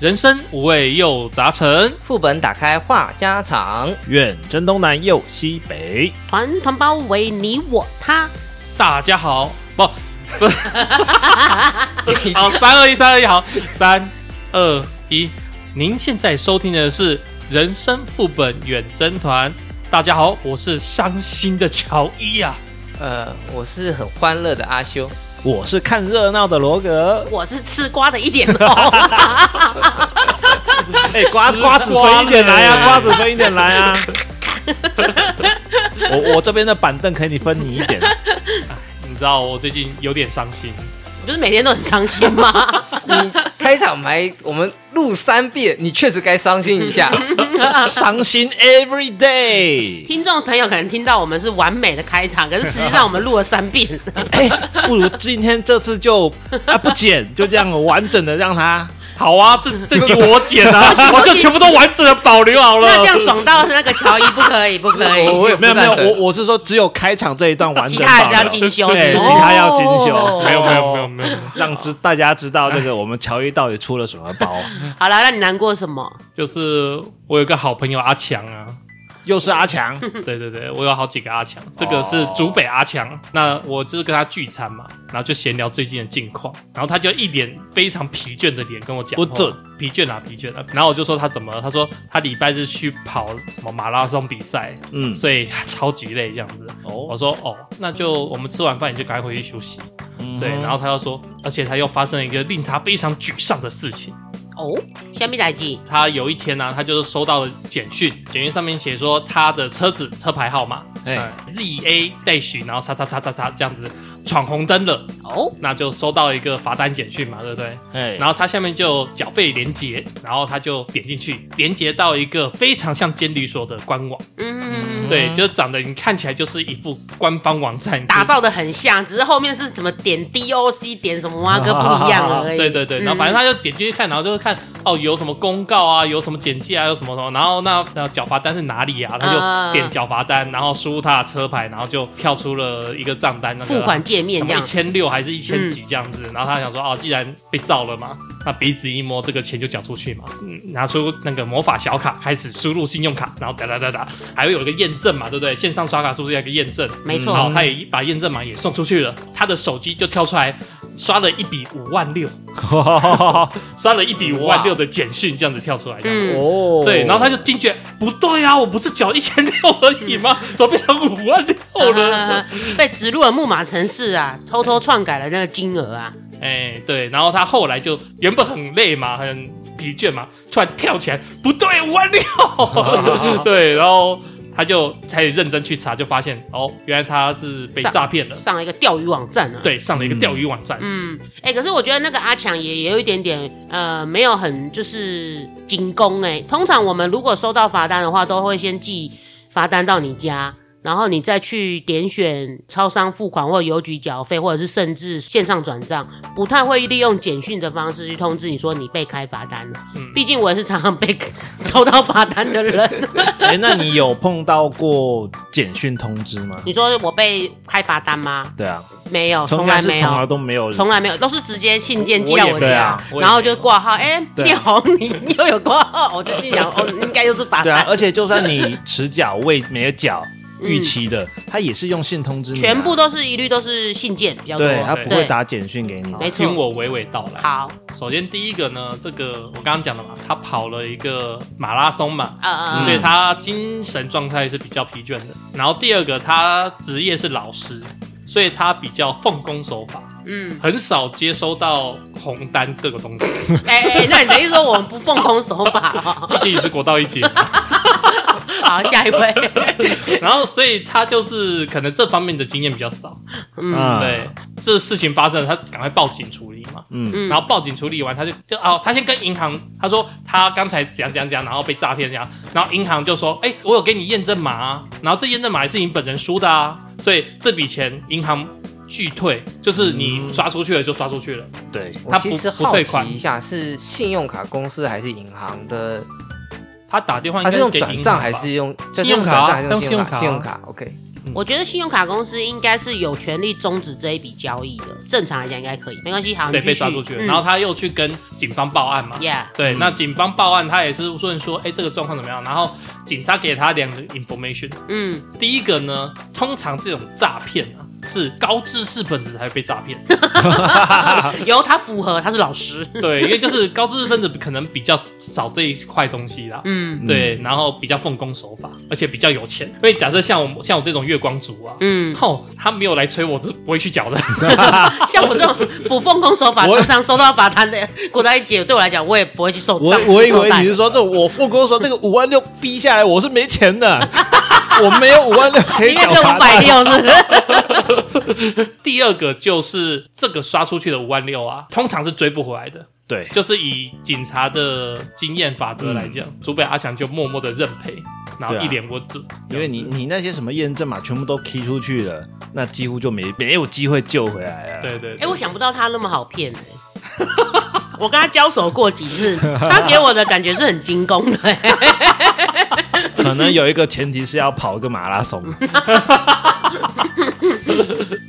人生五味又杂陈。副本打开话家常，愿真东南右西北。团团包围你我他。大家好，不 不，好，三二一，三二一，好，三二一。您现在收听的是《人生副本远征团》，大家好，我是伤心的乔伊啊。呃，我是很欢乐的阿 修，我是看热闹的罗格。我是吃瓜的一点 哦。哎、瓜吃瓜子瓜哎分一点来嘞啊，瓜子分一点来啊。 我我这边的板凳可以分你一点，你知道我最近有点伤心，你不是每天都很伤心吗？ 你开场白我们录三遍，你确实该伤心一 下。伤心 every day。听众朋友可能听到我们是完美的开场，可是实际上我们录了三 遍。哎、不如今天这次就啊不剪，就这样完整的让它。好啊，这这集我剪啊，我就全部都完整的保留好了。那这样爽到那个乔伊不可以，不可 哦以。我也不没有没有，赞成我我是说只有开场这一段完吉整他还是保要留。精修，对，是不吉是他要精哦修，没有没有没有没有，让知大家知道这个我们乔伊到底出了什么包，好了，那你难过什么？就是我有个好朋友阿强啊，又是阿强，对对对，我有好几个阿强，这个是竹北阿强。那我就是跟他聚餐嘛，然后就闲聊最近的近况，然后他就一脸非常疲倦的脸跟我讲话，不准疲倦啊疲倦啊。然后我就说他怎么了，他说他礼拜日去跑什么马拉松比赛， 嗯，所以超级累这样子。我哦，说哦，那就我们吃完饭你就赶快回去休息。对，哦嗯然后他又说，而且他又发生了一个令他非常沮丧的事情。哦，虾米代记？他有一天呢、他就是收到了简讯，简讯上面写说他的车子车牌号码，哎嗯，ZA dash，然后叉叉叉叉叉这样子闯红灯了，哦，那就收到一个罚单简讯嘛，对不对？哎然后他下面就有缴费连接，然后他就点进去，连接到一个非常像监理所的官网，嗯，对，就是长得你看起来就是一副官方网站打。造的很像，只是后面是怎么点 DOC 点什么啊，跟不一样而已。 嗯对对对，然后反正他就点进去看，然后就看哦有什么公告啊，有什么简介啊，有什么什么，然后那那缴罚单是哪里啊？他啊就点缴罚单，然后输入他的车牌，然后就跳出了一个账单，那个付款界面这一样。嗯千六还是一千几这样子，然后他想说，哦，既然被造了嘛，那鼻子一摸，这个钱就缴出去嘛，嗯，拿出那个魔法小卡，开始输入信用卡，然后哒哒哒哒，还会有一个验证嘛，对不对？线上刷卡是不是要一个验证？没错好，他也把验证码也送出去了，他的手机就跳出来刷了一笔五万六，刷了一笔五万六的简讯，这样子跳出来，这样子。嗯哦 对，然后他就惊觉不对啊，我不是缴一千六而已吗？嗯怎么变成五万六了？ 被植入了木马城市啊，偷偷篡改了那个金额啊，哎、对，然后他后来就原本很累嘛，很疲倦嘛，突然跳起来，不对，五万 六，对，然后他就才认真去查，就发现哦，原来他是被诈骗了，上了一个钓鱼网站啊。，对，上了一个钓鱼网站，嗯，哎、可是我觉得那个阿强也也有一点点呃，没有很就是紧攻哎、通常我们如果收到罚单的话，都会先寄罚单到你家。然后你再去点选超商付款或邮局缴费，或者是甚至线上转账，不太会利用简讯的方式去通知你说你被开罚单了。嗯毕竟我也是常常被 收到罚单的人。 哎，那你有碰到过简讯通知吗？你说我被开罚单吗？对啊，没有，哦从从来来是没从来有，都没有人从来没有，都是直接信件寄到我也我没有家，啊我也然后没有就挂号。哎、对啊念红，你你又有挂号，我就心想，哦，应该又是罚对啊，单。而且就算你迟缴未没有缴嗯预期的，他也是用信通知你啊，全部都是一律都是信件比较多，对他不对会打简讯给你，没听错。我娓娓道来。好，首先第一个呢，这个我刚刚讲了嘛，他跑了一个马拉松嘛。呃呃，所以呃他精神状态是比较疲倦的。然后第二个，他职业是老师，所以他比较奉公守法。嗯，很少接收到红单这个东西，哎哎，那你的意思说我们不奉公守法、哦？毕竟你是国道一 姐，好，下一 位，然后所以他就是可能这方面的经验比较少。嗯啊，对，这事情发生了，他赶快报警处理嘛。嗯，嗯，然后报警处理完，他就就哦，他先跟银行，他说他刚才怎样怎样怎样，然后被诈骗这样，然后银行就说，哎，我有给你验证码、啊，然后这验证码也是你本人输的啊，所以这笔钱银行拒退，就是你刷出去了就刷出去了。对，我他其不实不好退奇款一下，是信用卡公司还是银行的？他打电话应他该是用给转银行账吧还是用信用卡转啊账还是用用信用卡啊信用卡，OK，我觉得信用卡公司应该是有权利终止这一笔交易的，正常来讲应该可以，没关系，好，你对，继续嗯被抓出去了，然后他又去跟警方报案嘛。 ，Yeah，对，嗯那警方报案，他也是问说，哎、这个状况怎么样？然后警察给他两个 information，嗯，第一个呢，通常这种诈骗啊，是高知识分子才会被诈 骗，有他符合，他是老师，对，因为就是高知识分子可能比较少这一块东西啦。嗯对，然后比较奉公守法，而且比较有钱。因为假设像我像我这种月光族啊，嗯，吼、他没有来催我，我是不会去缴 的。像我这种不奉公守法，我常常收到罚单的国大一姐，对我来讲，我也不会去受我账。我以为受贷你是说这我副歌说这个五万六逼下来，我是没钱的， 我没有五万六可以里面缴就罚五百单。六，是不 是？第二个就是这个刷出去的五万六啊，通常是追不回来的。对，就是以警察的经验法则来讲，竹北阿强就默默的认赔，然后对啊一脸无助。因为你你那些什么验证码全部都踢出去了，那几乎就没没有机会救回来了。对对哎、对我想不到他那么好骗哎、 我跟他交手过几次，他给我的感觉是很精工的、欸， 可能有一个前提是要跑个马拉 松。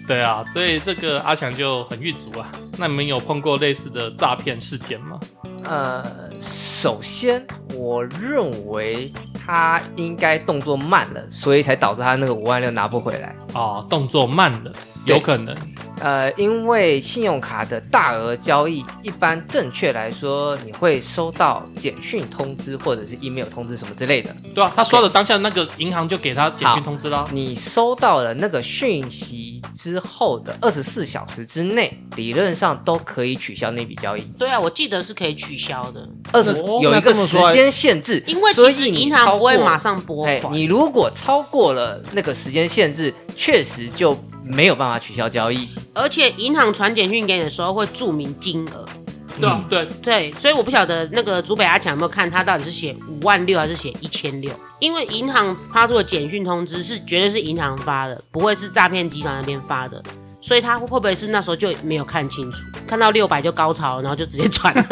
对啊，所以这个阿强就很狱卒啊。那你们有碰过类似的诈骗事件吗？呃，首先我认为他应该动作慢了，所以才导致他那个五万六拿不回来。哦，动作慢了，对有可能。呃，因为信用卡的大额交易，一般正确来说，你会收到简讯通知或者是 email 通知什么之类的。对啊，他刷的当下那个银行就给他简好讯通知啦。你收到了那个讯息之后的二十四小时之内，理论上都可以取消那笔交易。对啊，我记得是可以取消的，二十哦有一那个这么时说来间限制，因为所其以实你银行超不会过马上拨哎，款。你如果超过了那个时间限制，确实就没有办法取消交易。而且银行传简讯给你的时候会注明金额，对啊，对， 对，所以我不晓得那个竹北阿强有没有看他到底是写五万六还是写一千六，因为银行发出的简讯通知是绝对是银行发的，不会是诈骗集团那边发的，所以他会不会是那时候就没有看清楚，看到六百就高潮，然后就直接转了？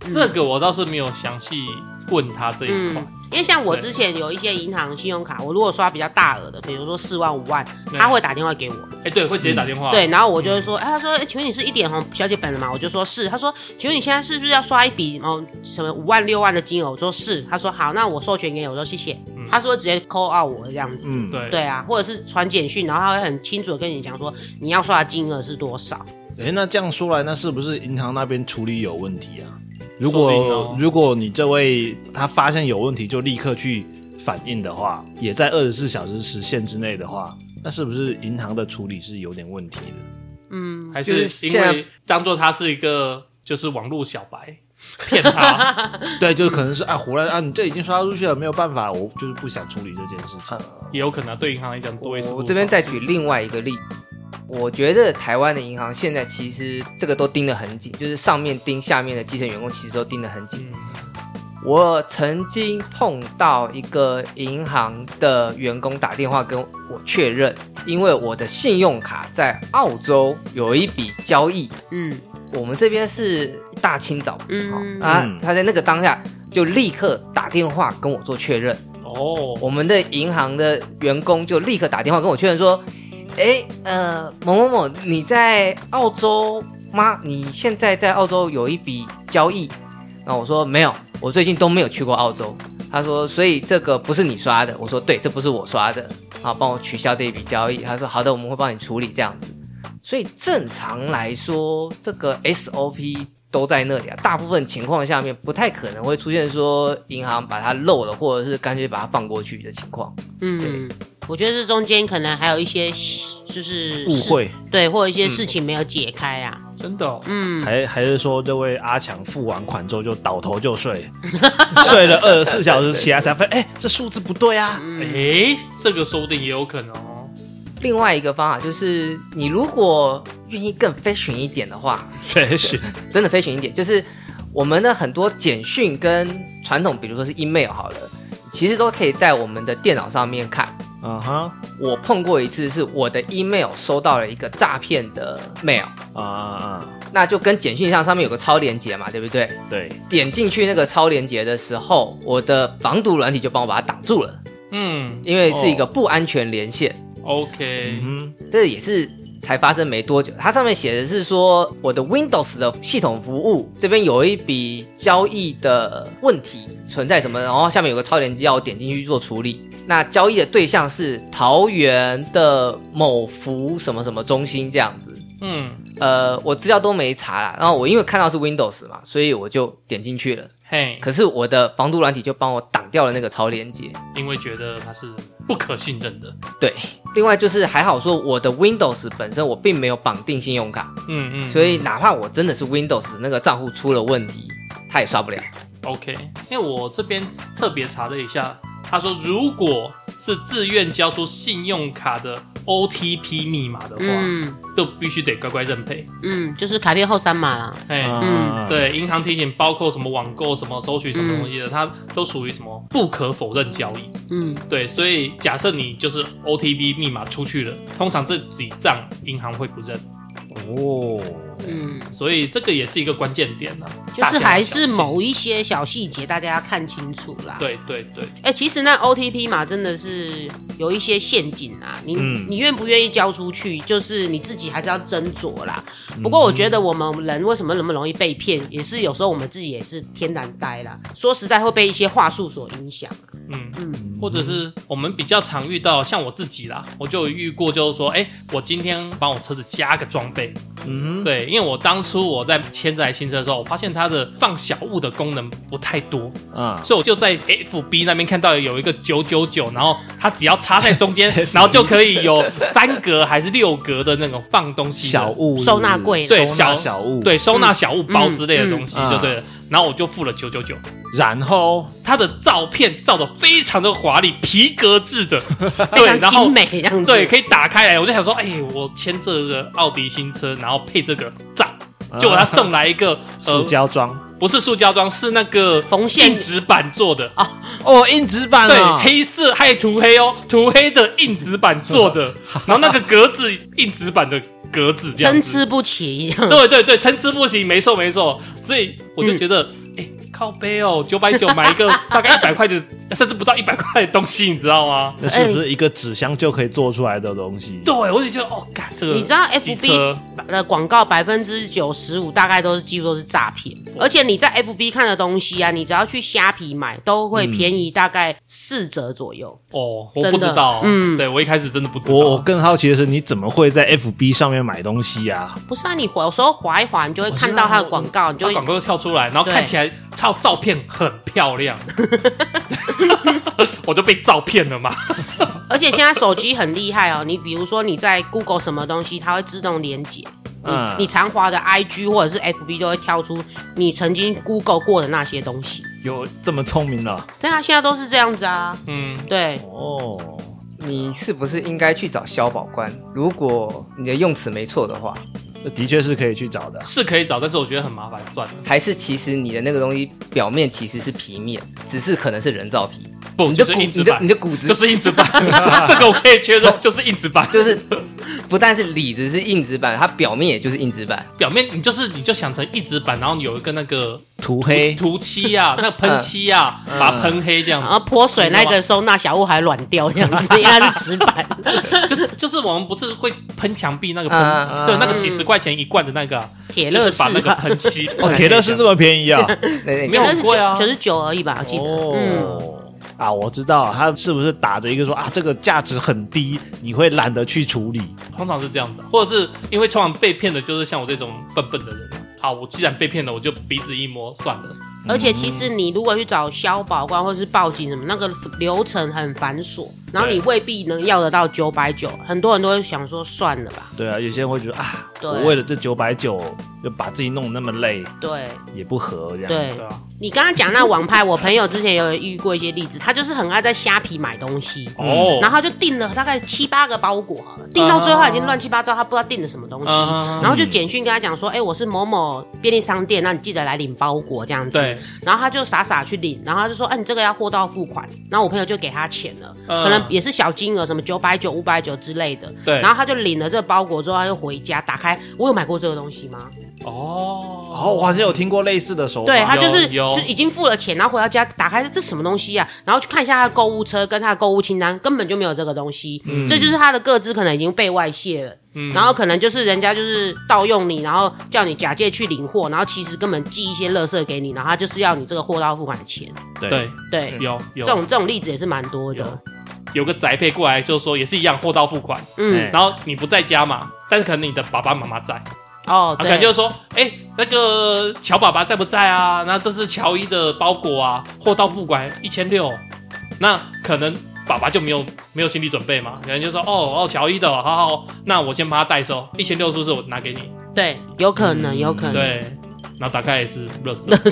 这个我倒是没有详细问他这一块。因为像我之前有一些银行信用卡，我如果刷比较大额的，比如说四万五万，对他会打电话给我，哎，对，会直接打电话。对，，然后我就会说，哎，他说，哎请问你是一点红小姐本人吗？我就说是，他说，请问你现在是不是要刷一笔哦什么五万六万的金额？我说是，他说好，那我授权给你，我说谢谢，他说直接扣 out 我这样子。嗯，对对啊，或者是传简讯，然后他会很清楚的跟你讲说你要刷的金额是多少。哎，那这样说来，那是不是银行那边处理有问题啊？如说不定哦果如果你这位他发现有问题就立刻去反应的话，也在二十四小时时限之内的话，那是不是银行的处理是有点问题的？嗯，还就是是因现在为当做他是一个就是网络小白， 骗他。 对，就是可能是啊，胡乱啊，你这已经刷出去了，没有办法，我就是不想处理这件事情。也有可能啊对银行来讲多一事不如我这边少再一事举另外一个例子，我觉得台湾的银行现在其实这个都盯得很紧，就是上面盯下面的基层员工，其实都盯得很紧。嗯我曾经碰到一个银行的员工打电话跟我确认，因为我的信用卡在澳洲有一笔交易，嗯我们这边是一大清早，嗯嗯啊嗯，他在那个当下就立刻打电话跟我做确认，哦，我们的银行的员工就立刻打电话跟我确认说，哎，呃，某某某，你在澳洲吗？你现在在澳洲有一笔交易？那我说没有，我最近都没有去过澳洲。他说，所以这个不是你刷的。我说对，这不是我刷的。好，帮我取消这一笔交易。他说好的，我们会帮你处理这样子。所以正常来说，这个 SOP 都在那里啊。大部分情况下面不太可能会出现说银行把它漏了，或者是干脆把它放过去的情况。嗯，我觉得这中间可能还有一些就是误事，会，嗯对，或者一些事情没有解开啊。真的哦嗯，还还是说这位阿强付完款之后就倒头就睡，睡了二十四小时，起来才发现，哎、这数字不对啊。嗯诶，这个说不定也有可能哦。另外一个方法就是，你如果愿意更 fashion 一点的话， 确实，真的 fashion 一点，就是我们的很多简讯跟传统，比如说是 email 好了，其实都可以在我们的电脑上面看。啊哈，我碰过一次，是我的 email 收到了一个诈骗的 mail，啊啊，那就跟简讯上上面有个超链接嘛，对不对？对，点进去那个超链接的时候，我的防毒软体就帮我把它挡住了。嗯因为是一个不安全连线， ，OK，嗯哼，这也是才发生没多久。它上面写的是说，我的 Windows 的系统服务这边有一笔交易的问题存在什么，然后下面有个超链接要我点进去做处理。那交易的对象是桃园的某服什么什么中心这样子。嗯，呃，我资料都没查啦，然后我因为看到是 Windows 嘛，所以我就点进去了。嘿，可是我的防毒软体就帮我挡掉了那个超链接。因为觉得它是不可信任的，对，另外就是还好说我的 Windows 本身我并没有绑定信用卡，嗯嗯，所以哪怕我真的是 Windows 那个账户出了问题，它也刷不了。 OK，因为我这边特别查了一下，他说如果是自愿交出信用卡的 OTP 密码的话，嗯就必须得乖乖认赔。嗯，就是卡片后三码啦。哎、啊，对，银行提醒包括什么网购、什么收取什么东西的，它都属于什么不可否认交易。嗯，对，所以假设你就是 OTP 密码出去了，通常这几账银行会不认，哦，嗯，所以这个也是一个关键点呢、啊。就是还是大家要小心某一些小细节，大家要看清楚啦。，对对对，哎、其实那 OTP 嘛，真的是有一些陷阱啊。你、嗯你愿不愿意交出去，就是你自己还是要斟酌啦。不过我觉得我们人为什么那么容易被骗，也是有时候我们自己也是天然呆啦。说实在，会被一些话术所影响。嗯。嗯或者是我们比较常遇到，像我自己啦，我就有遇过，就是说，哎、我今天帮我车子加个装备，嗯对，因为我当初我在签这台新车的时候，我发现它的放小物的功能不太多，哼啊，所以我就在 FB 那边看到有一个九九九，然后它只要插在中 间，然后就可以有三格还是六格的那种放东西的小物嗯是不是收纳柜对收小纳小物，，对，收纳小物包之类的东西嗯嗯就对了。然后我就付了九九九，然后它的照片照的非常的华丽，皮革制 的，非对，常然后精美这样子。对，，可以打开来。我就想说，哎、我签这个奥迪新车，然后配这个赞，结果他送来一个啊塑，胶装呃不是塑胶装，是那个缝线硬纸板做的，哦，硬纸板对，啊，黑色还涂黑哦，涂黑的硬纸板做 的，然后那个格子硬纸板的格子这样参子，差不齐这样。对对对，参差嗯不齐，没错没错，所以我就觉得，哎、靠背哦，九百九买一个大概一百块的，甚至不到一百块的东西，你知道吗？那是不是一个纸箱就可以做出来的东西？对，我就觉得哦，干这个你知道机 FB 车的广告百分之九十五大概都是几乎都是诈骗，而且你在 FB 看的东西啊，你只要去虾皮买，都会便嗯宜大概四折左右。哦，我真不的知道，嗯对我一开始真的不知我我道，更好奇的是，你怎么会在 FB 上面买东西啊？不是啊，你有时候划一划，你就会看到它的广告，你就嗯它会广告就跳出来，然后对看起来它照片很漂 亮，我就被照骗了嘛。 而且现在手机很厉害哦，你比如说你在 Google 什么东西，它会自动连接。你嗯你常滑的 IG 或者是 FB 都会跳出你曾经 Google 过的那些东西。有这么聪明了？对啊，现在都是这样子啊。嗯，对，哦，你是不是应该去找消保官？如果你的用词没错的话，这的确是可以去找的。是可以找，但是我觉得很麻烦，算了，还是其实你的那个东西表面其实是皮面，只是可能是人造皮。不你就的是骨，硬你纸的板你，的骨子就是硬纸板， 这个我可以确认，就是硬纸板。就是不但是里子是硬纸板，它表面也就是硬纸板。表面你就是你就想成硬纸板，然后有一个那个涂哎黑，涂漆 啊，那个喷漆啊，嗯把它喷黑这样然子。后泼水那个收纳小物还软掉这样 子，因为它是纸板。就就是我们不是会喷墙壁那个喷，嗯嗯对，那个几十块钱一罐的那个啊，铁就乐啊是士把那个吧，喷漆 哦，铁乐是这么便宜啊？那那 没有很贵啊九十九而已吧，我记得。嗯，哦，啊，我知道，他是不是打着一个说啊，这个价值很低，你会懒得去处理？通常是这样子，啊或者是因为通常被骗的就是像我这种笨笨的人。啊好，我既然被骗了，我就鼻子一摸算了。而且其实你如果去找消保官或是报警什么，那个流程很繁琐，然后你未必能要得到九百九，很多人都会想说算了吧。对啊，有些人会觉得啊，对我为了这九百九就把自己弄得那么累，对也不合这样。对对，啊，你刚刚讲那网拍，我朋友之前有遇过一些例子，他就是很爱在虾皮买东西。嗯哦，然后他就订了大概七八个包裹好了，订到最后已经乱七八糟，他不知道订了什么东西，嗯然后就简讯跟他讲说，哎、我是某某便利商店，那你记得来领包裹这样子。对，然后他就傻傻去领，然后他就说，哎、你这个要货到付款。然后我朋友就给他钱了，嗯可能也是小金额，什么九百九、五百九之类的。对然后他就领了这个包裹之后，他就回家打开，我有买过这个东西吗？哦，哦，我好像有听过类似的手法。对他就是有有就已经付了钱，然后回到家打开这什么东西啊，然后去看一下他的购物车跟他的购物清单，根本就没有这个东西，嗯这就是 他的个资可能已经被外泄了，嗯然后可能就是人家就是盗用你，然后叫你假借去领货，然后其实根本寄一些垃圾给你，然后他就是要你这个货到付款的钱，对，对，有有这种这种例子也是蛮多的，有个宅配过来就说也是一样货到付款，嗯，哎然后你不在家嘛，但是可能你的爸爸妈妈在，哦，啊，可对，能就是说，哎、那个乔爸爸在不在啊？那这是乔伊的包裹啊，货到付款一千六，那可能爸爸就没有没有心理准备嘛，可能就说，哦哦，乔伊的，好好，那我先帮他代收，一千六是不是我拿给你？对，有可能，有可能，对，然后打开也是热色，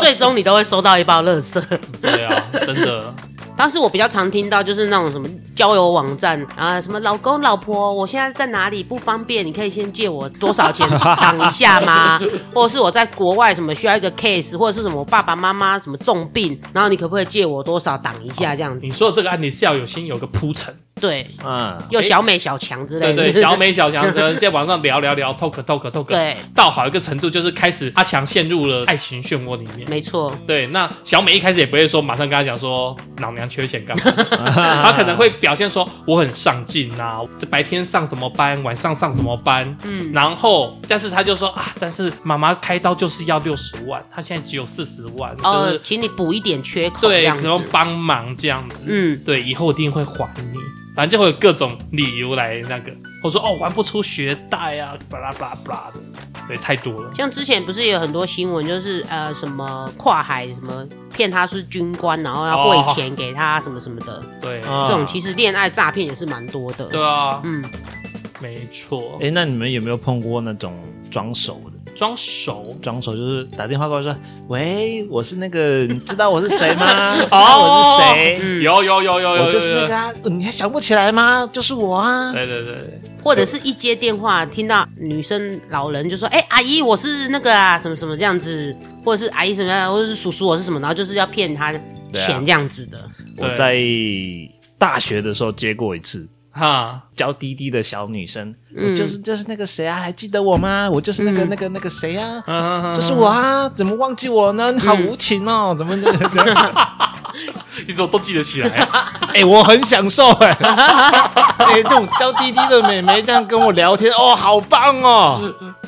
最终你都会收到一包垃圾。对啊，真的，当时我比较常听到就是那种什么交友网站啊，什么老公老婆，我现在在哪里不方便，你可以先借我多少钱挡一下吗？或者是我在国外什么需要一个 case，或者是什么我爸爸妈妈什么重病，然后你可不可以借我多少挡一下这样子？哦你说的这个案例是要有先有个铺陈，对， 嗯，有小美小强之对类的，对，小美小强可能在网上聊聊聊，talk talk talk， 对，到好一个程度就是开始阿强陷入了爱情漩涡里面。没错，对，那小美一开始也不会说马上跟他讲说老娘缺钱干 嘛，她可能会表现说我很上进啊，白天上什么班，晚上上什么班，嗯，然后但是她就说啊，但是妈妈开刀就是要六十万，她现在只有四十万，就是、哦，请你补一点缺口这对，样然后子，帮忙这样子，嗯，对，以后一定会还你，反正就会有各种理由来那个，或者说哦还不出学贷啊，巴拉巴拉巴拉的，对，太多了，像之前不是也有很多新闻，就是呃什么跨海什么骗他是军官，然后要汇钱给他什么什么的。对，啊这种其实恋爱诈骗也是蛮多的。对，啊，嗯，没错，哎，那你们有没有碰过那种装熟的？装熟。装熟就是打电话过来说：“喂，我是那个，你知道我是谁 吗？知哦道我是谁？嗯有有有有有，我就是那有个啊，你还想不起来吗？就是我啊。对对对对，或者是一接电话听到女生老人就说：“哎、阿姨，我是那个啊，什么什么这样子，或者是阿姨什么样，或者是叔叔我是什么，然后就是要骗他钱这样子的。我在大学的时候接过一次，哈，娇滴滴的小女生，嗯我就是就是那个谁啊，还记得我吗？我就是那个、嗯那个那个谁啊，嗯，就是我啊，怎么忘记我呢？你好无情哦，怎么怎么？怎么 你怎么都记得起来？ 哎、我很享受哎、哎、这种娇滴滴的美眉这样跟我聊天，哦，好棒哦。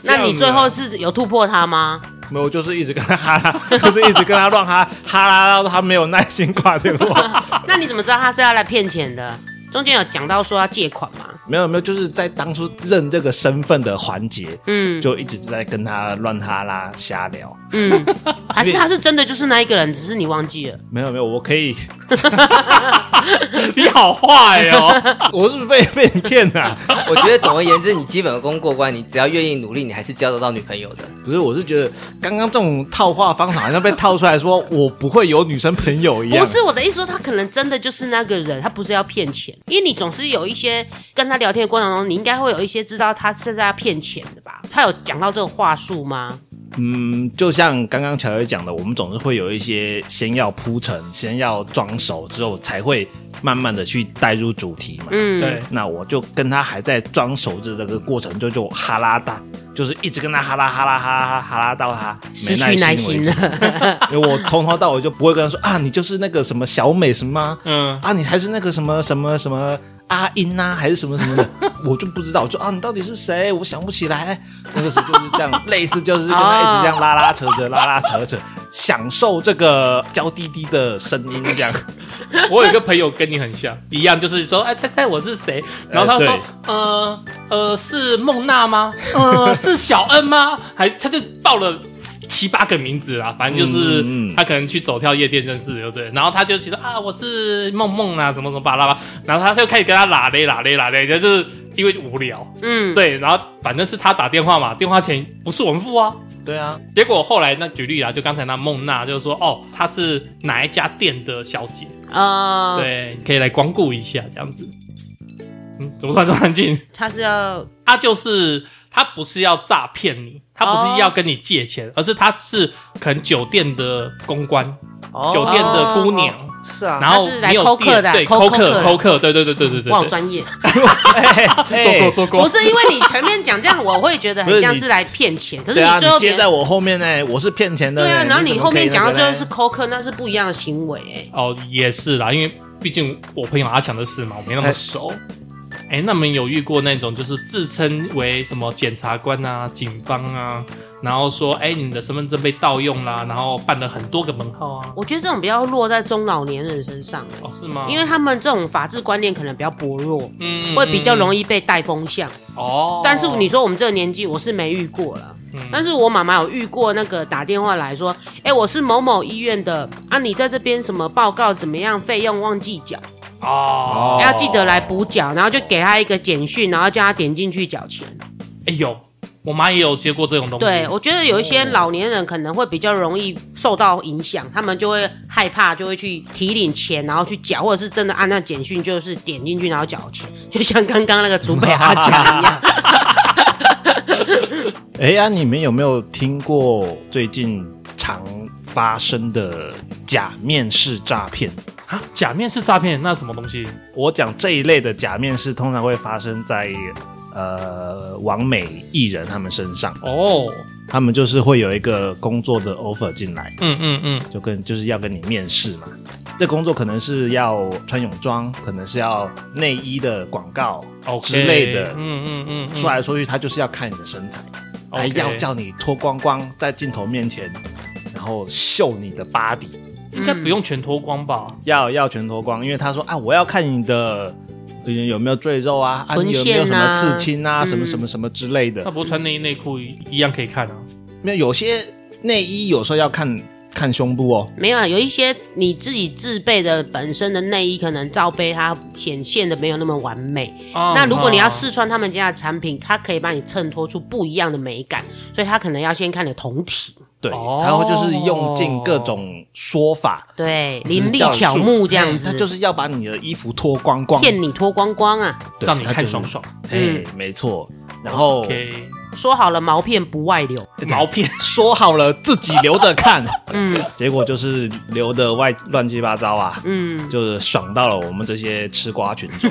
那你最后是有突破他吗？没有，就是一直跟她 哈拉，就是一直跟她乱哈哈拉到她没有耐心挂电话。那你怎么知道他是要来骗钱的？中间有讲到说要借款嘛？没有没有，就是在当初认这个身份的环节，嗯就一直在跟她乱哈拉瞎聊。嗯，还是他是真的就是那一个人，只是你忘记了。没有没有，我可 以你好坏哦，我是不是被被你骗啊了、我觉得总而言之，你基本功过关，你只要愿意努力，你还是交得到女朋友的。不是，我是觉得刚刚这种套话方法好像被套出来说我不会有女生朋友一样。不是我的意思说，他可能真的就是那个人，他不是要骗钱，因为你总是有一些跟他聊天的过程中，你应该会有一些知道他是在骗钱的吧？他有讲到这个话术吗？嗯，就像刚刚乔薇讲的，我们总是会有一些先要铺陈，先要装熟，之后才会慢慢的去带入主题嘛。嗯，对，那我就跟他还在装熟的这个过程，就就哈拉大，就是一直跟他哈拉哈拉哈拉哈拉哈拉到他失去没耐耐心为心止。了。因为我从头到尾就不会跟他说啊，你就是那个什么小美什么啊嗯，啊，你还是那个什么什么什么阿英呐、还是什么什么的， 我就不知道，我就啊，你到底是谁？我想不起来。那个时候就是这样，类似就是跟他一直这样拉拉扯扯、拉拉扯扯，享受这个娇滴滴的声音，这样。 我有一个朋友跟你很像，一样就是说，哎，猜猜我是谁？然后他说，呃呃，是孟娜 吗？呃，是小恩吗？还他就报了。七八个名字啦，反正就是嗯嗯他可能去走跳夜店认识的，对不对？然后他就其实啊，我是梦梦啊，怎么怎么巴拉巴拉，然后他就开始跟他拉嘞拉嘞拉嘞，就是因为无聊，嗯，对，然后反正是他打电话嘛，电话钱不是我们付啊。对啊，结果后来那举例啦，就刚才那孟娜就说，哦，她是哪一家店的小姐，呃，对，可以来光顾一下这样子。嗯，怎么突然这么安静？他是要她就是她不是要诈骗你，她不是要跟你借钱，而是她是可能酒店的公关，哦酒店的姑娘，哦是啊，然后她是来没有抠客店，的对，抠抠客客，的抠客，对对对对对对我好哎对，专业，哎做过做不过，是因为你前面讲这样，我会觉得不很是像你是来骗钱，可是对啊，最后你接别在我后面呢，我是骗钱的。对啊，然后你你怎么后可以面讲到那最个后嘞是抠客，那是不一样的行为哎、哦，也是啦，因为毕竟我朋友阿强的事嘛，我没那么熟。哎、那你们有遇过那种就是自称为什么检察官啊、警方啊，然后说哎、你的身份证被盗用啦，然后办了很多个门号啊？我觉得这种比较落在中老年人身上、欸哦，是吗？因为他们这种法治观念可能比较薄弱，嗯会比较容易、易被带风向。哦。但是你，说我们这个年纪，我是没遇过了。嗯但是我妈妈有遇过那个打电话来说，哎、我是某某医院的啊，你在这边什么报告怎么样，费用忘记缴，哦，哎要记得来补缴，然后就给他一个简讯，然后叫他点进去缴钱。哎、有，我妈也有接过这种东西。对，我觉得有一些哦老年人可能会比较容易受到影响，他们就会害怕，就会去提领钱，然后去缴，或者是真的按那简讯就是点进去然后缴钱，就像刚刚那个祖北阿讲 一样。哎呀，你们有没有听过最近常发生的假面试诈骗？啊，假面是诈骗，那什么东西？我讲这一类的假面试，通常会发生在呃网美艺人他们身上，哦，他们就是会有一个工作的 offer 进来，嗯嗯嗯，就跟就是要跟你面试嘛。这工作可能是要穿泳装，可能是要内衣的广告 OK 之类的。嗯嗯嗯嗯，说来说去，他就是要看你的身材，还 OK 要叫你脱光光在镜头面前，然后秀你的芭比，应该不用全脱光吧？要要全脱光，因为他说啊，我要看你的呃有没有赘肉啊，啊臀你有没有什线么啊刺青啊，嗯什么什么什么之类的那。不是穿内衣内裤一样可以看啊？那有些内衣有时候要看看胸部哦，没有啊，有一些你自己自备的本身的内衣，可能罩杯它显现的没有那么完美。啊哦那如果你要试穿他们家的产品，它可以帮你衬托出不一样的美感，所以它可能要先看你的酮体，对，哦他会就是用尽各种说法，对，就是伶叫俐你巧目这样嗯哎子，他就是要把你的衣服脱光光，骗你嗯脱光光啊！对让你他看就是哦爽爽。哎，没错。然后 OK，说好了毛片不外流，毛片说好了自己留着看， 嗯结果就是留的外乱七八糟啊，嗯，就是爽到了我们这些吃瓜群 众。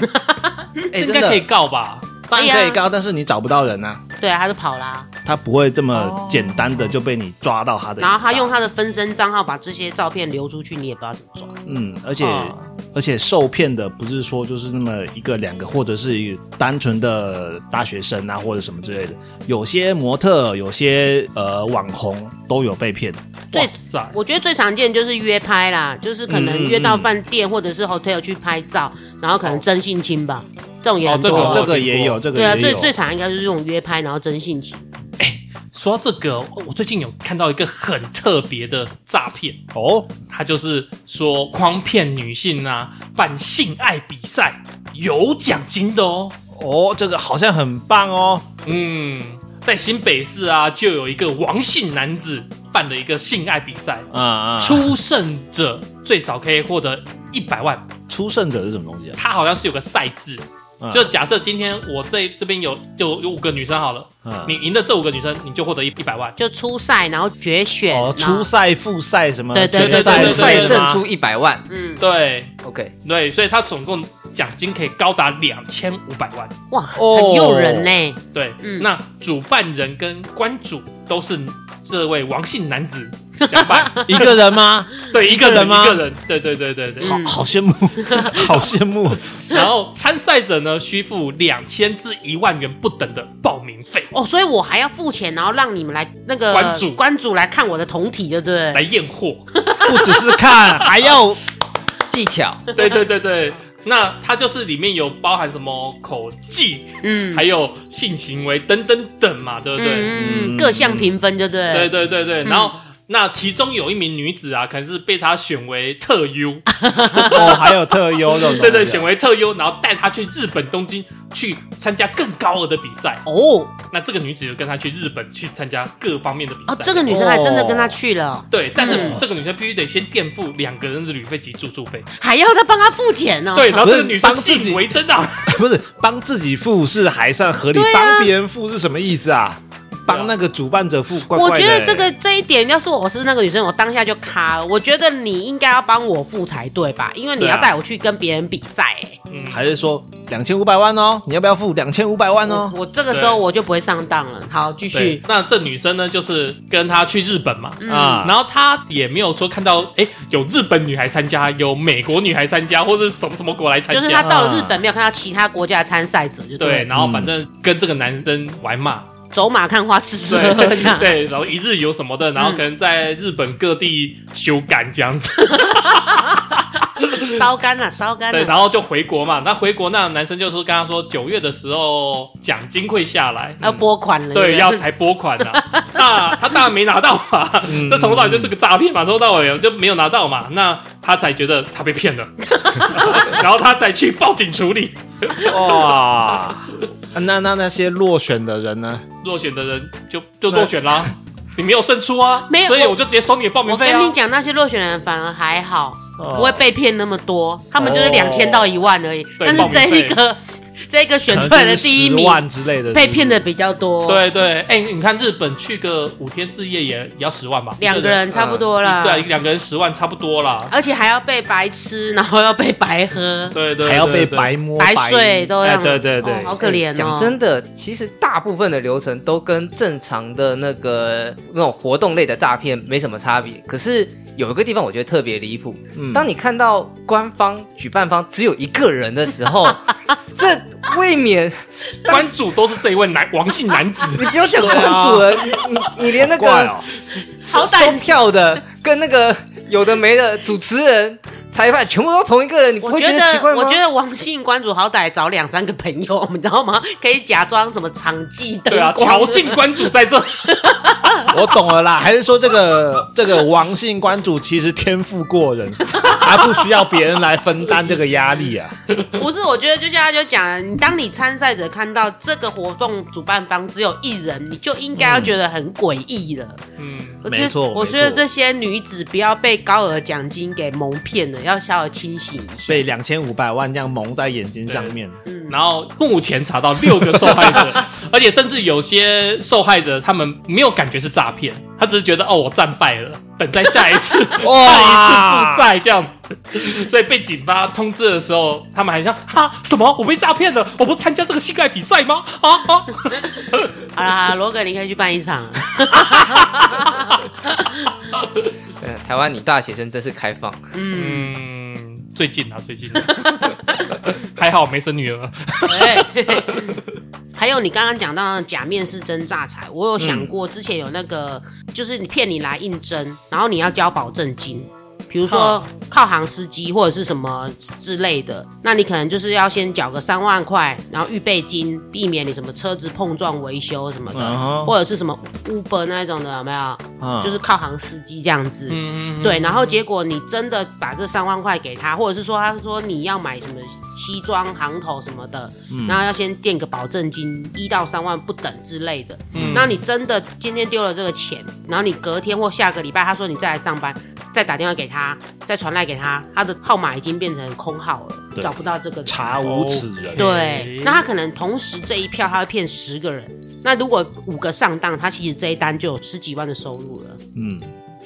哎，应真该可以的，告吧？当然可以高，但是你找不到人啊，对啊，他就跑啦，他不会这么简单的就被你抓到他的。哦然后他用，他的分身账号把这些照片流出去，你也不知道怎么抓。嗯，而且哦啊而且受骗的不是说就是那么一个两个，或者是单纯的大学生啊，或者什么之类的。有些模特，有些呃网红都有被骗。最哇塞，我觉得最常见就是约拍啦，就是可能嗯嗯约到饭店或者是 hotel 去拍照，然后可能真性侵吧，这种也很哦这多个啊。哦，这个也有，这个对啊，也最有。最常应该就是这种约拍然后真性侵。说到这个，我最近有看到一个很特别的诈骗，哦，他就是说诓骗女性啊，办性爱比赛有奖金的哦。哦，这个好像很棒哦。嗯，在新北市啊，就有一个王姓男子办了一个性爱比赛，啊啊！出出胜者最少可以获得一百万。出胜者是什么东西啊？他好像是有个赛制，嗯就假设今天我这这边有有有五个女生好了，嗯你赢了这五个女生，你就获得一一百万。就初赛，然后决选，哦，然后初赛、复赛什么啊对对决对赛对对之类赛的胜吗出一百万嗯，对，OK，对，所以他总共奖金可以高达两千五百万。哇，哦很诱人呢。对，嗯那主办人跟关主都是这位王姓男子假 扮，一个人吗？对，一个一个人人吗一个人，对对对对对。嗯好好羡 慕，好羡慕。然后参赛者呢，需付两千至一万元不等的报名费哦，所以我还要付钱，然后让你们来那个关注关主来看我的同体，对不对？哎来验货。不只是看，还要技巧 对对对对，那它就是里面有包含什么口技，嗯，还有性行为等等等嘛，对不对？嗯嗯嗯，各项评分，对不对？嗯对对对对，然后。那其中有一名女子啊，可能是被他选为特 优，哦，还有特优这种东西啊。对对，选为特优，然后带她去日本东京去参加更高额的比赛。哦那这个女子就跟他去日本去参加各方面的比赛。哦，这个女生还真的跟他去了，对，但是嗯这个女生必须得先垫付两个人的旅费及住宿费。还要他帮他付钱哦。对，然后这个不是女生帮自己信以为真啊，不是帮自己付是还算合理，帮别人付是什么意思啊？帮那个主办者付怪怪我的觉欸得这个这一点，要是我是那个女生，我当下就卡了。我觉得你应该要帮我付才对吧？因为你对啊要带我去跟别人比赛、欸，嗯，还是说两千五百万哦，你要不要付两千五百万哦？我这个时候我就不会上当了。好，对继续。。那这女生呢，就是跟他去日本嗯嘛，啊，然后她也没有说看到，哎，有日本女孩参加，有美国女孩参加，或者什么什么国来参就是他加，到了日本，没有看到其他国家的参赛者，就对，对了，然后反正跟这个男生玩嘛，走马看花，吃吃喝喝这对样。 对，然后一日游什么的，然后可能在日本各地修干这样子，嗯烧干了，烧干对，了。然后就回国嘛。那回国那男生就是跟他说，九月的时候奖金会下来，要拨款了，嗯对，要才才拨款呐、 那他当然没拿到嘛，嗯这从头到尾就是个诈骗嘛，从头到尾就没有拿到嘛，那他才觉得他被骗了， 然后他才去报警处理。哇，那那那些落选的人呢？落选的人就就落选啦，你没有胜出啊，没有所以我我就直接收你的报名我费跟啊你。讲，那些落选人反而还好，哦不会被骗那么多，他们就是哦两千到一万而已。对但是报名这费一个这一个选出来的第一可能就是名10万之类的，被骗的是比较多，，对对，哎、你看日本去个五天四夜也也要十万吧？两个人差不多啦，对啊，两个人十万差不多啦。而且还要被白吃，然后要被白喝，对不对对是还要被对白摸白睡都哎让对对对哦，好可怜哦。哎讲真的，其实大部分的流程都跟正常的那个那种活动类的诈骗没什么差别。可是有一个地方我觉得特别离谱，嗯当你看到官方举办方只有一个人的时候，这未免关主都是这一位男王姓男 子，你不要讲关主了，你你你连那好怪个哦，收好歹收票的跟那个有的没的主持人、裁判全部都同一个人，你不我会觉奇怪得，吗？我觉得王姓关主好歹找两三个朋友， 你知道吗？可以假装什么场记灯对啊，光乔姓关主在这， 我懂了啦。还是说这个这个王姓关主其实天赋过人， 他不需要别人来分担这个压力啊。 不是，我觉得就像他就讲了，你当你参赛者看到这个活动主办方只有一人，你就应该要觉得很诡异了。嗯，我觉得没错我觉没得错这些女子不要被高额奖金给蒙骗了，要稍微清醒一下。被两千五百万这样蒙在眼睛上面，然后目前查到六个受害者，而且甚至有些受害者他们没有感觉是诈骗，他只是觉得哦我战败了，等在下一次下一次复赛这样子，所以被警方通知的时候，他们还想啊什么我被诈骗了，我不参加这个性爱比赛吗？啊啊，好啦，罗哥，你可以去办一 场。嗯台湾女大学生真是开放，嗯，嗯，最近啊最近啊， 还好没生女儿，对。还有你刚刚讲到的假面试真诈财，我有想过，之前有那个、就是你骗你来应征，然后你要交保证金，比如说哦靠行司机或者是什么之类的，那你可能就是要先缴个三万块，然后预备金，避免你什么车子碰撞维修什么的，嗯哼或者是什么 Uber 那一种的，有没有？嗯，就是靠行司机这样子。嗯，对，然后结果你真的把这三万块给他，或者是说他说你要买什么西装、行头什么的，嗯然后要先垫个保证金一到三万不等之类的。嗯然后你真的今天丢了这个钱，然后你隔天或下个礼拜他说你再来上班，再打电话给他，再传赖给他，他的号码已经变成空号了，对找不到这个人查无此人。哦对 OK，那他可能同时这一票他会骗十个人，那如果五个上当，他其实这一单就有十几万的收入了。嗯，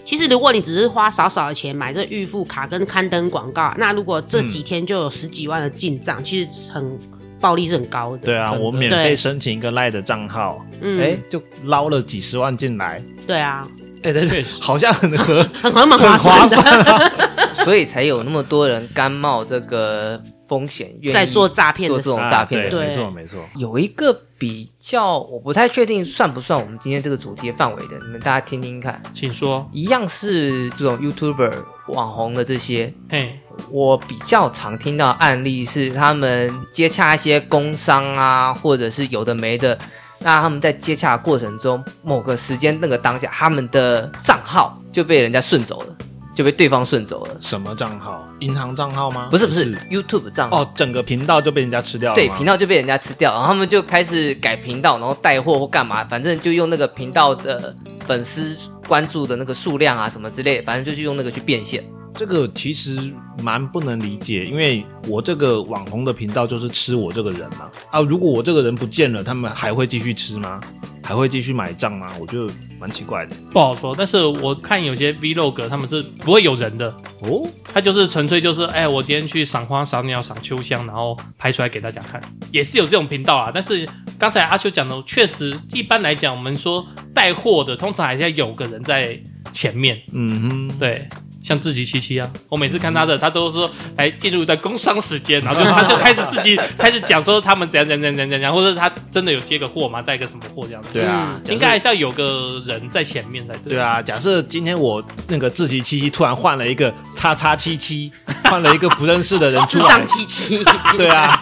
其实如果你只是花少少的钱买这预付卡跟刊登广告，那如果这几天就有十几万的进账，其实很暴利是很高的。对啊，真的我免费申请一个赖的账号，嗯哎，就捞了几十万进来，对啊，哎，但确是实好像很 合，很很蛮很划划算的，算啊。所以才有那么多人甘冒这个风险，愿意在做诈骗做的这时候种诈骗的啊事对对没错没错。有一个比较，我不太确定算不算我们今天这个主题的范围的，你们大家听听看。请说，一样是这种 YouTuber 网红的这些，嘿，我比较常听到的案例是他们接洽一些工商啊，或者是有的没的。那他们在接洽的过程中，某个时间那个当下，他们的账号就被人家顺走了，就被对方顺走了。什么账号？银行账号吗？不是不是 YouTube 账号，哦，整个频道就被人家吃掉了吗。对，频道就被人家吃掉，然后他们就开始改频道，然后带货或干嘛，反正就用那个频道的粉丝关注的那个数量啊什么之类的，反正就是用那个去变现。这个其实蛮不能理解，因为我这个网红的频道就是吃我这个人嘛。啊，如果我这个人不见了，他们还会继续吃吗？还会继续买账吗？我觉得蛮奇怪的不好说。但是我看有些 vlog 他们是不会有人的，哦。他就是纯粹就是，哎、我今天去赏花、赏鸟、赏秋香，然后拍出来给大家看，也是有这种频道啊。但是刚才阿秋讲的，确实一般来讲，我们说带货的，通常还是要有个人在前面。嗯哼，对，像自己七七啊，我每次看他的，他都说来进入一段工商时间，然后就他就开始自 己开始讲说他们怎样怎样怎样怎样，或者他真的有接个货嘛，带个什么货这样子。对啊嗯，假设应该还是要有个人在前面才对。对啊。假设今天我那个自习七七突然换了一个叉叉七七，换了一个不认识的人智 出来障，七七， 对啊。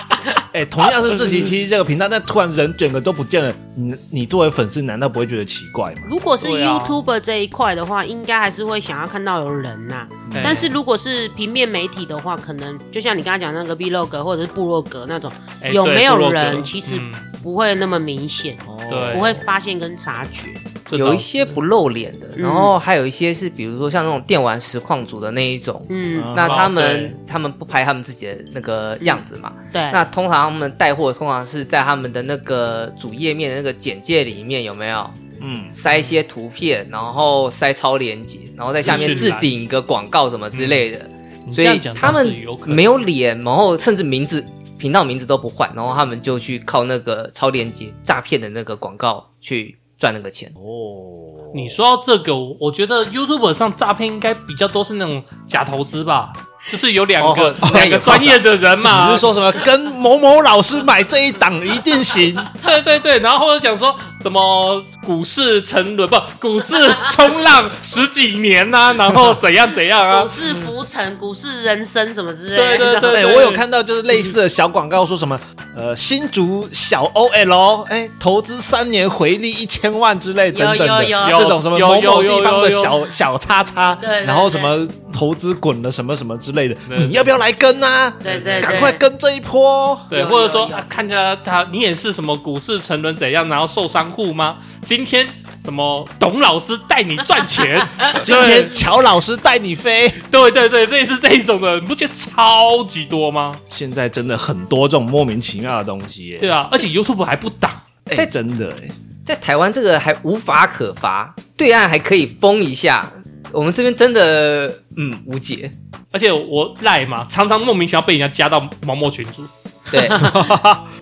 哎、同样是自习七七这个频道，但突然人整个都不见了，你你作为粉丝难道不会觉得奇怪吗？如果是对啊 YouTuber 这一块的话，应该还是会想要看到有人呐、对，但是如果是平面媒体的话，可能就像你刚刚讲那个 Vlog 或者是部落格那种，哎有对没有部落格人其实嗯不会那么明显，对不会发现跟察觉。这有倒一些不露脸的，然后还有一些是，比如说像那种电玩实况组的那一种，嗯，那他哦们他们不拍他们自己的那个样子嘛？嗯对，那通常他们带货通常是在他们的那个主页面的那个简介里面有没有嗯，塞一些图片，然后塞超链接，然后在下面资讯置栏顶一个广告什么之类的，你嗯这所样以讲他倒是们有可能没有脸，然后甚至名字频道名字都不换，然后他们就去靠那个超链接诈骗的那个广告去赚那个钱。哦，你说到这个，我我觉得 YouTube 上诈骗应该比较多是那种假投资吧，就是有两个哦哦两个专业的人嘛，哦你是说什么跟某某老师买这一档一定 行？对对对，然后或者讲说什么股市沉沦不，股市冲浪十几年呐、然后怎样怎样 啊，股市浮沉、股市人生什么之类对的。对对对，我有看到就是类似的小广告，说什么呃新竹小 OL，哎、投资三年回利一千万之类等等的，有有有这种什么有某有某有地方的有有小小叉叉，对对然后什么投资滚了什么什么之类的，对对你要不要来跟啊？对对对嗯赶快跟这一波哦！对，有或者说有有啊看着他，你也是什么股市沉沦怎样，然后受伤户吗？今天什么董老师带你赚钱，今天乔老师带你飞，对对对，类似这一种的，你不觉得超级多吗？现在真的很多这种莫名其妙的东西耶，对啊，而且 YouTube 还不挡，哎、在真的哎，在台湾这个还无法可罚，对岸还可以封一下，我们这边真的嗯无解。而且我赖嘛，常常莫名其妙被人家加到毛毛群组。 对，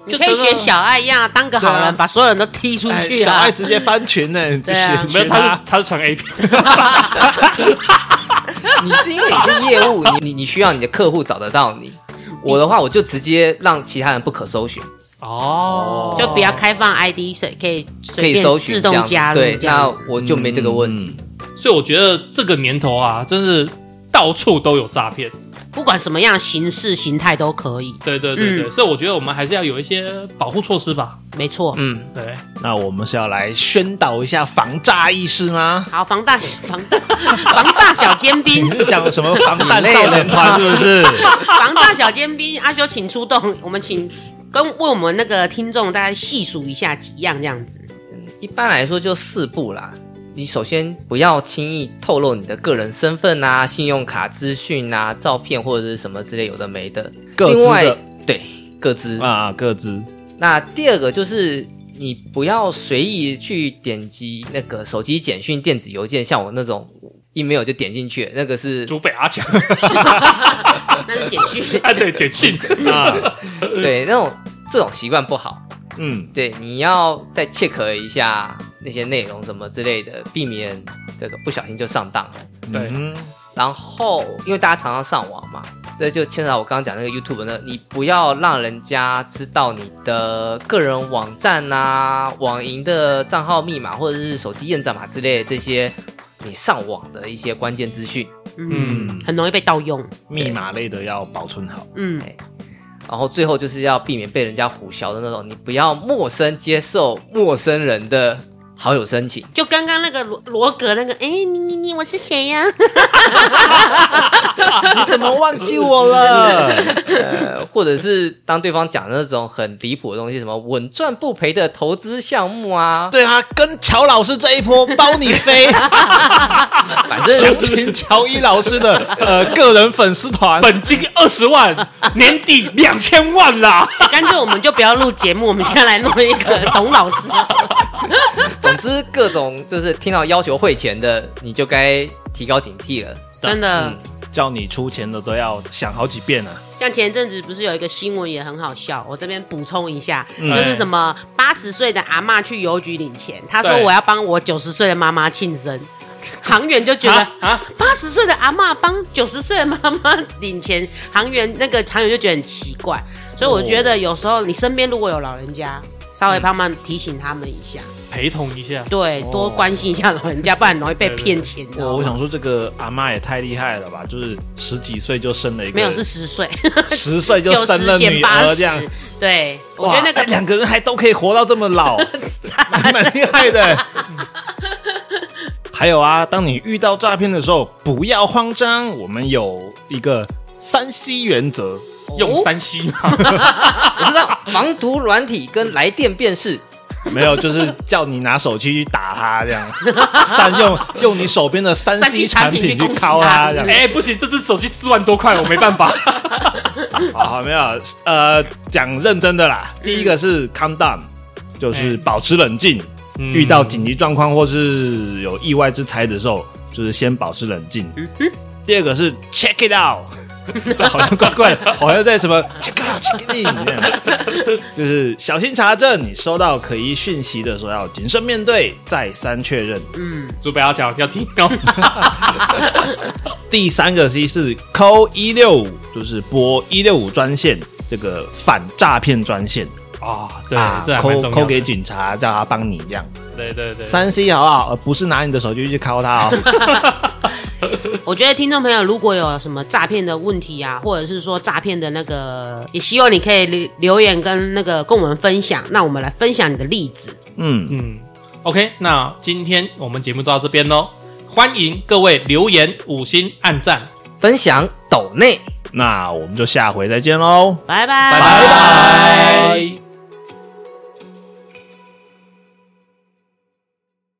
你可以选小爱一样，当个好对啊人，把所有人都踢出哎去小爱啊！直接翻群 呢，你对啊没有，选他他是他是传 A 片，你是因为你是业务，你你你需要你的客户找得到你。我的话，我就直接让其他人不可搜寻，哦就比较开放 ID，谁可以可随以便搜寻自这动样子加入对，这那样子。我就没这个问嗯题。所以我觉得这个年头啊，真是到处都有诈骗。不管什么样形式形态都可以，对对对对，嗯所以我觉得我们还是要有一些保护措施吧。没错。嗯，对，那我们是要来宣导一下防诈意识吗？好，防大防大防诈小尖兵 你，是想什么防弹少年 团是不是？防诈小尖兵，阿修请出动，我们请跟为我们那个听众大概细数一下几样这样子。嗯一般来说就四步啦。你首先不要轻易透露你的个人身份啊、信用卡资讯啊、照片或者是什么之类有的没的。各自另外的，对，各自啊，各 自那第二个就是你不要随意去点击那个手机简讯、电子邮件，像我那种一没有就点进去，那个是竹北阿强，那是简讯，啊对，简讯， 啊，对那种这种习惯不好。嗯，对，你要再 check 一下那些内容什么之类的，避免这个不小心就上当了。对嗯然后，因为大家常常上网嘛，这就牵扯到我刚刚讲那个 YouTube 那个，你不要让人家知道你的个人网站啊、网银的账号密码或者是手机验证码之类的这些你上网的一些关键资讯。嗯，嗯，很容易被盗用。密码类的要保存好。嗯，然后最后就是要避免被人家胡淆的那种，你不要陌生接受陌生人的好友申请。就刚刚那个罗罗格那个，哎，你你你，我是谁呀？你怎么忘记我了？呃，或者是当对方讲那种很离谱的东西，什么稳赚不赔的投资项目啊， 对啊，跟乔老师这一波包你飞，反正详情乔伊老师的呃个人粉丝团。本金二十万，年底两千万啦。干脆我们就不要录节目，我们现在来弄一个董老师。 总之各种就是听到要求汇钱的，你就该提高警惕了。真的，叫你出钱的都要想好几遍啊！像前阵子不是有一个新闻也很好笑，我这边补充一下，嗯就是什么八十岁的阿嬷去邮局领钱，她说对我要帮我九十岁的妈妈庆生，行员就觉得啊啊，八十岁的阿嬷帮九十岁的妈妈领钱，行员那个行员就觉得很奇怪，所以我觉得有时候你身边如果有老人家，稍微嗯帮忙提醒他们一下，陪同一下，对，哦多关心一下老人家，不然容易被骗钱。你知道吗我我想说，这个阿妈也太厉害了吧！就是十几岁就生了一个，没有是十岁，十岁就九生了十减女八儿十这样。，对，我哇觉得那个哎两个人还都可以活到这么 老，蛮 蛮厉害的。还有啊，当你遇到诈骗的时候，不要慌张，我们有一个三 C 原则。用三 C 嘛，我知道防毒软体跟来电辨识，没有，就是叫你拿手机去打他 这样，三用用你手边的三 3C C 产品去敲他这产品去攻击他样。哎、不行，这只手机四万多块，我没办 法。好好，没有，呃，讲认真的啦。第一个是 calm down，就是保持冷静。嗯遇到紧急状况或是有意外之财的时候，就是先保持冷静。第二个是 check it out，这 好像怪怪的，好像在什么 check it out check it in 这样，就是小心查证。你收到可疑讯息的时候，要谨慎面对，再三确认。嗯，主北要讲要听 哦，第三个 C 是扣一六五，就是拨一六五专线，这个反诈骗专线啊，对，啊这还蛮扣重要的扣给警察，叫他帮你这样。对对对，三 C 好不好？呃不是拿你的手机去敲他 哦。我觉得听众朋友如果有什么诈骗的问题啊，或者是说诈骗的那个，也希望你可以留留言跟那个跟我们分享，那我们来分享你的例子。嗯，嗯，OK，那今天我们节目就到这边喽，欢迎各位留言、五星、按赞，分享抖内。那我们就下回再见喽。拜拜，拜拜